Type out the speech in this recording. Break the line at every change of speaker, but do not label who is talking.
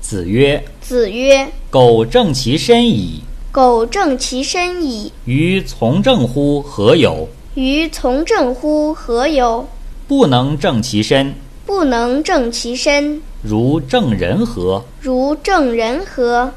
子曰
子曰：“
苟正其身矣，：“
苟正其身矣，
于从政乎何有？
于从政乎何有？
不能正其身，
不能正其身，
如正人何？”
如正人何？”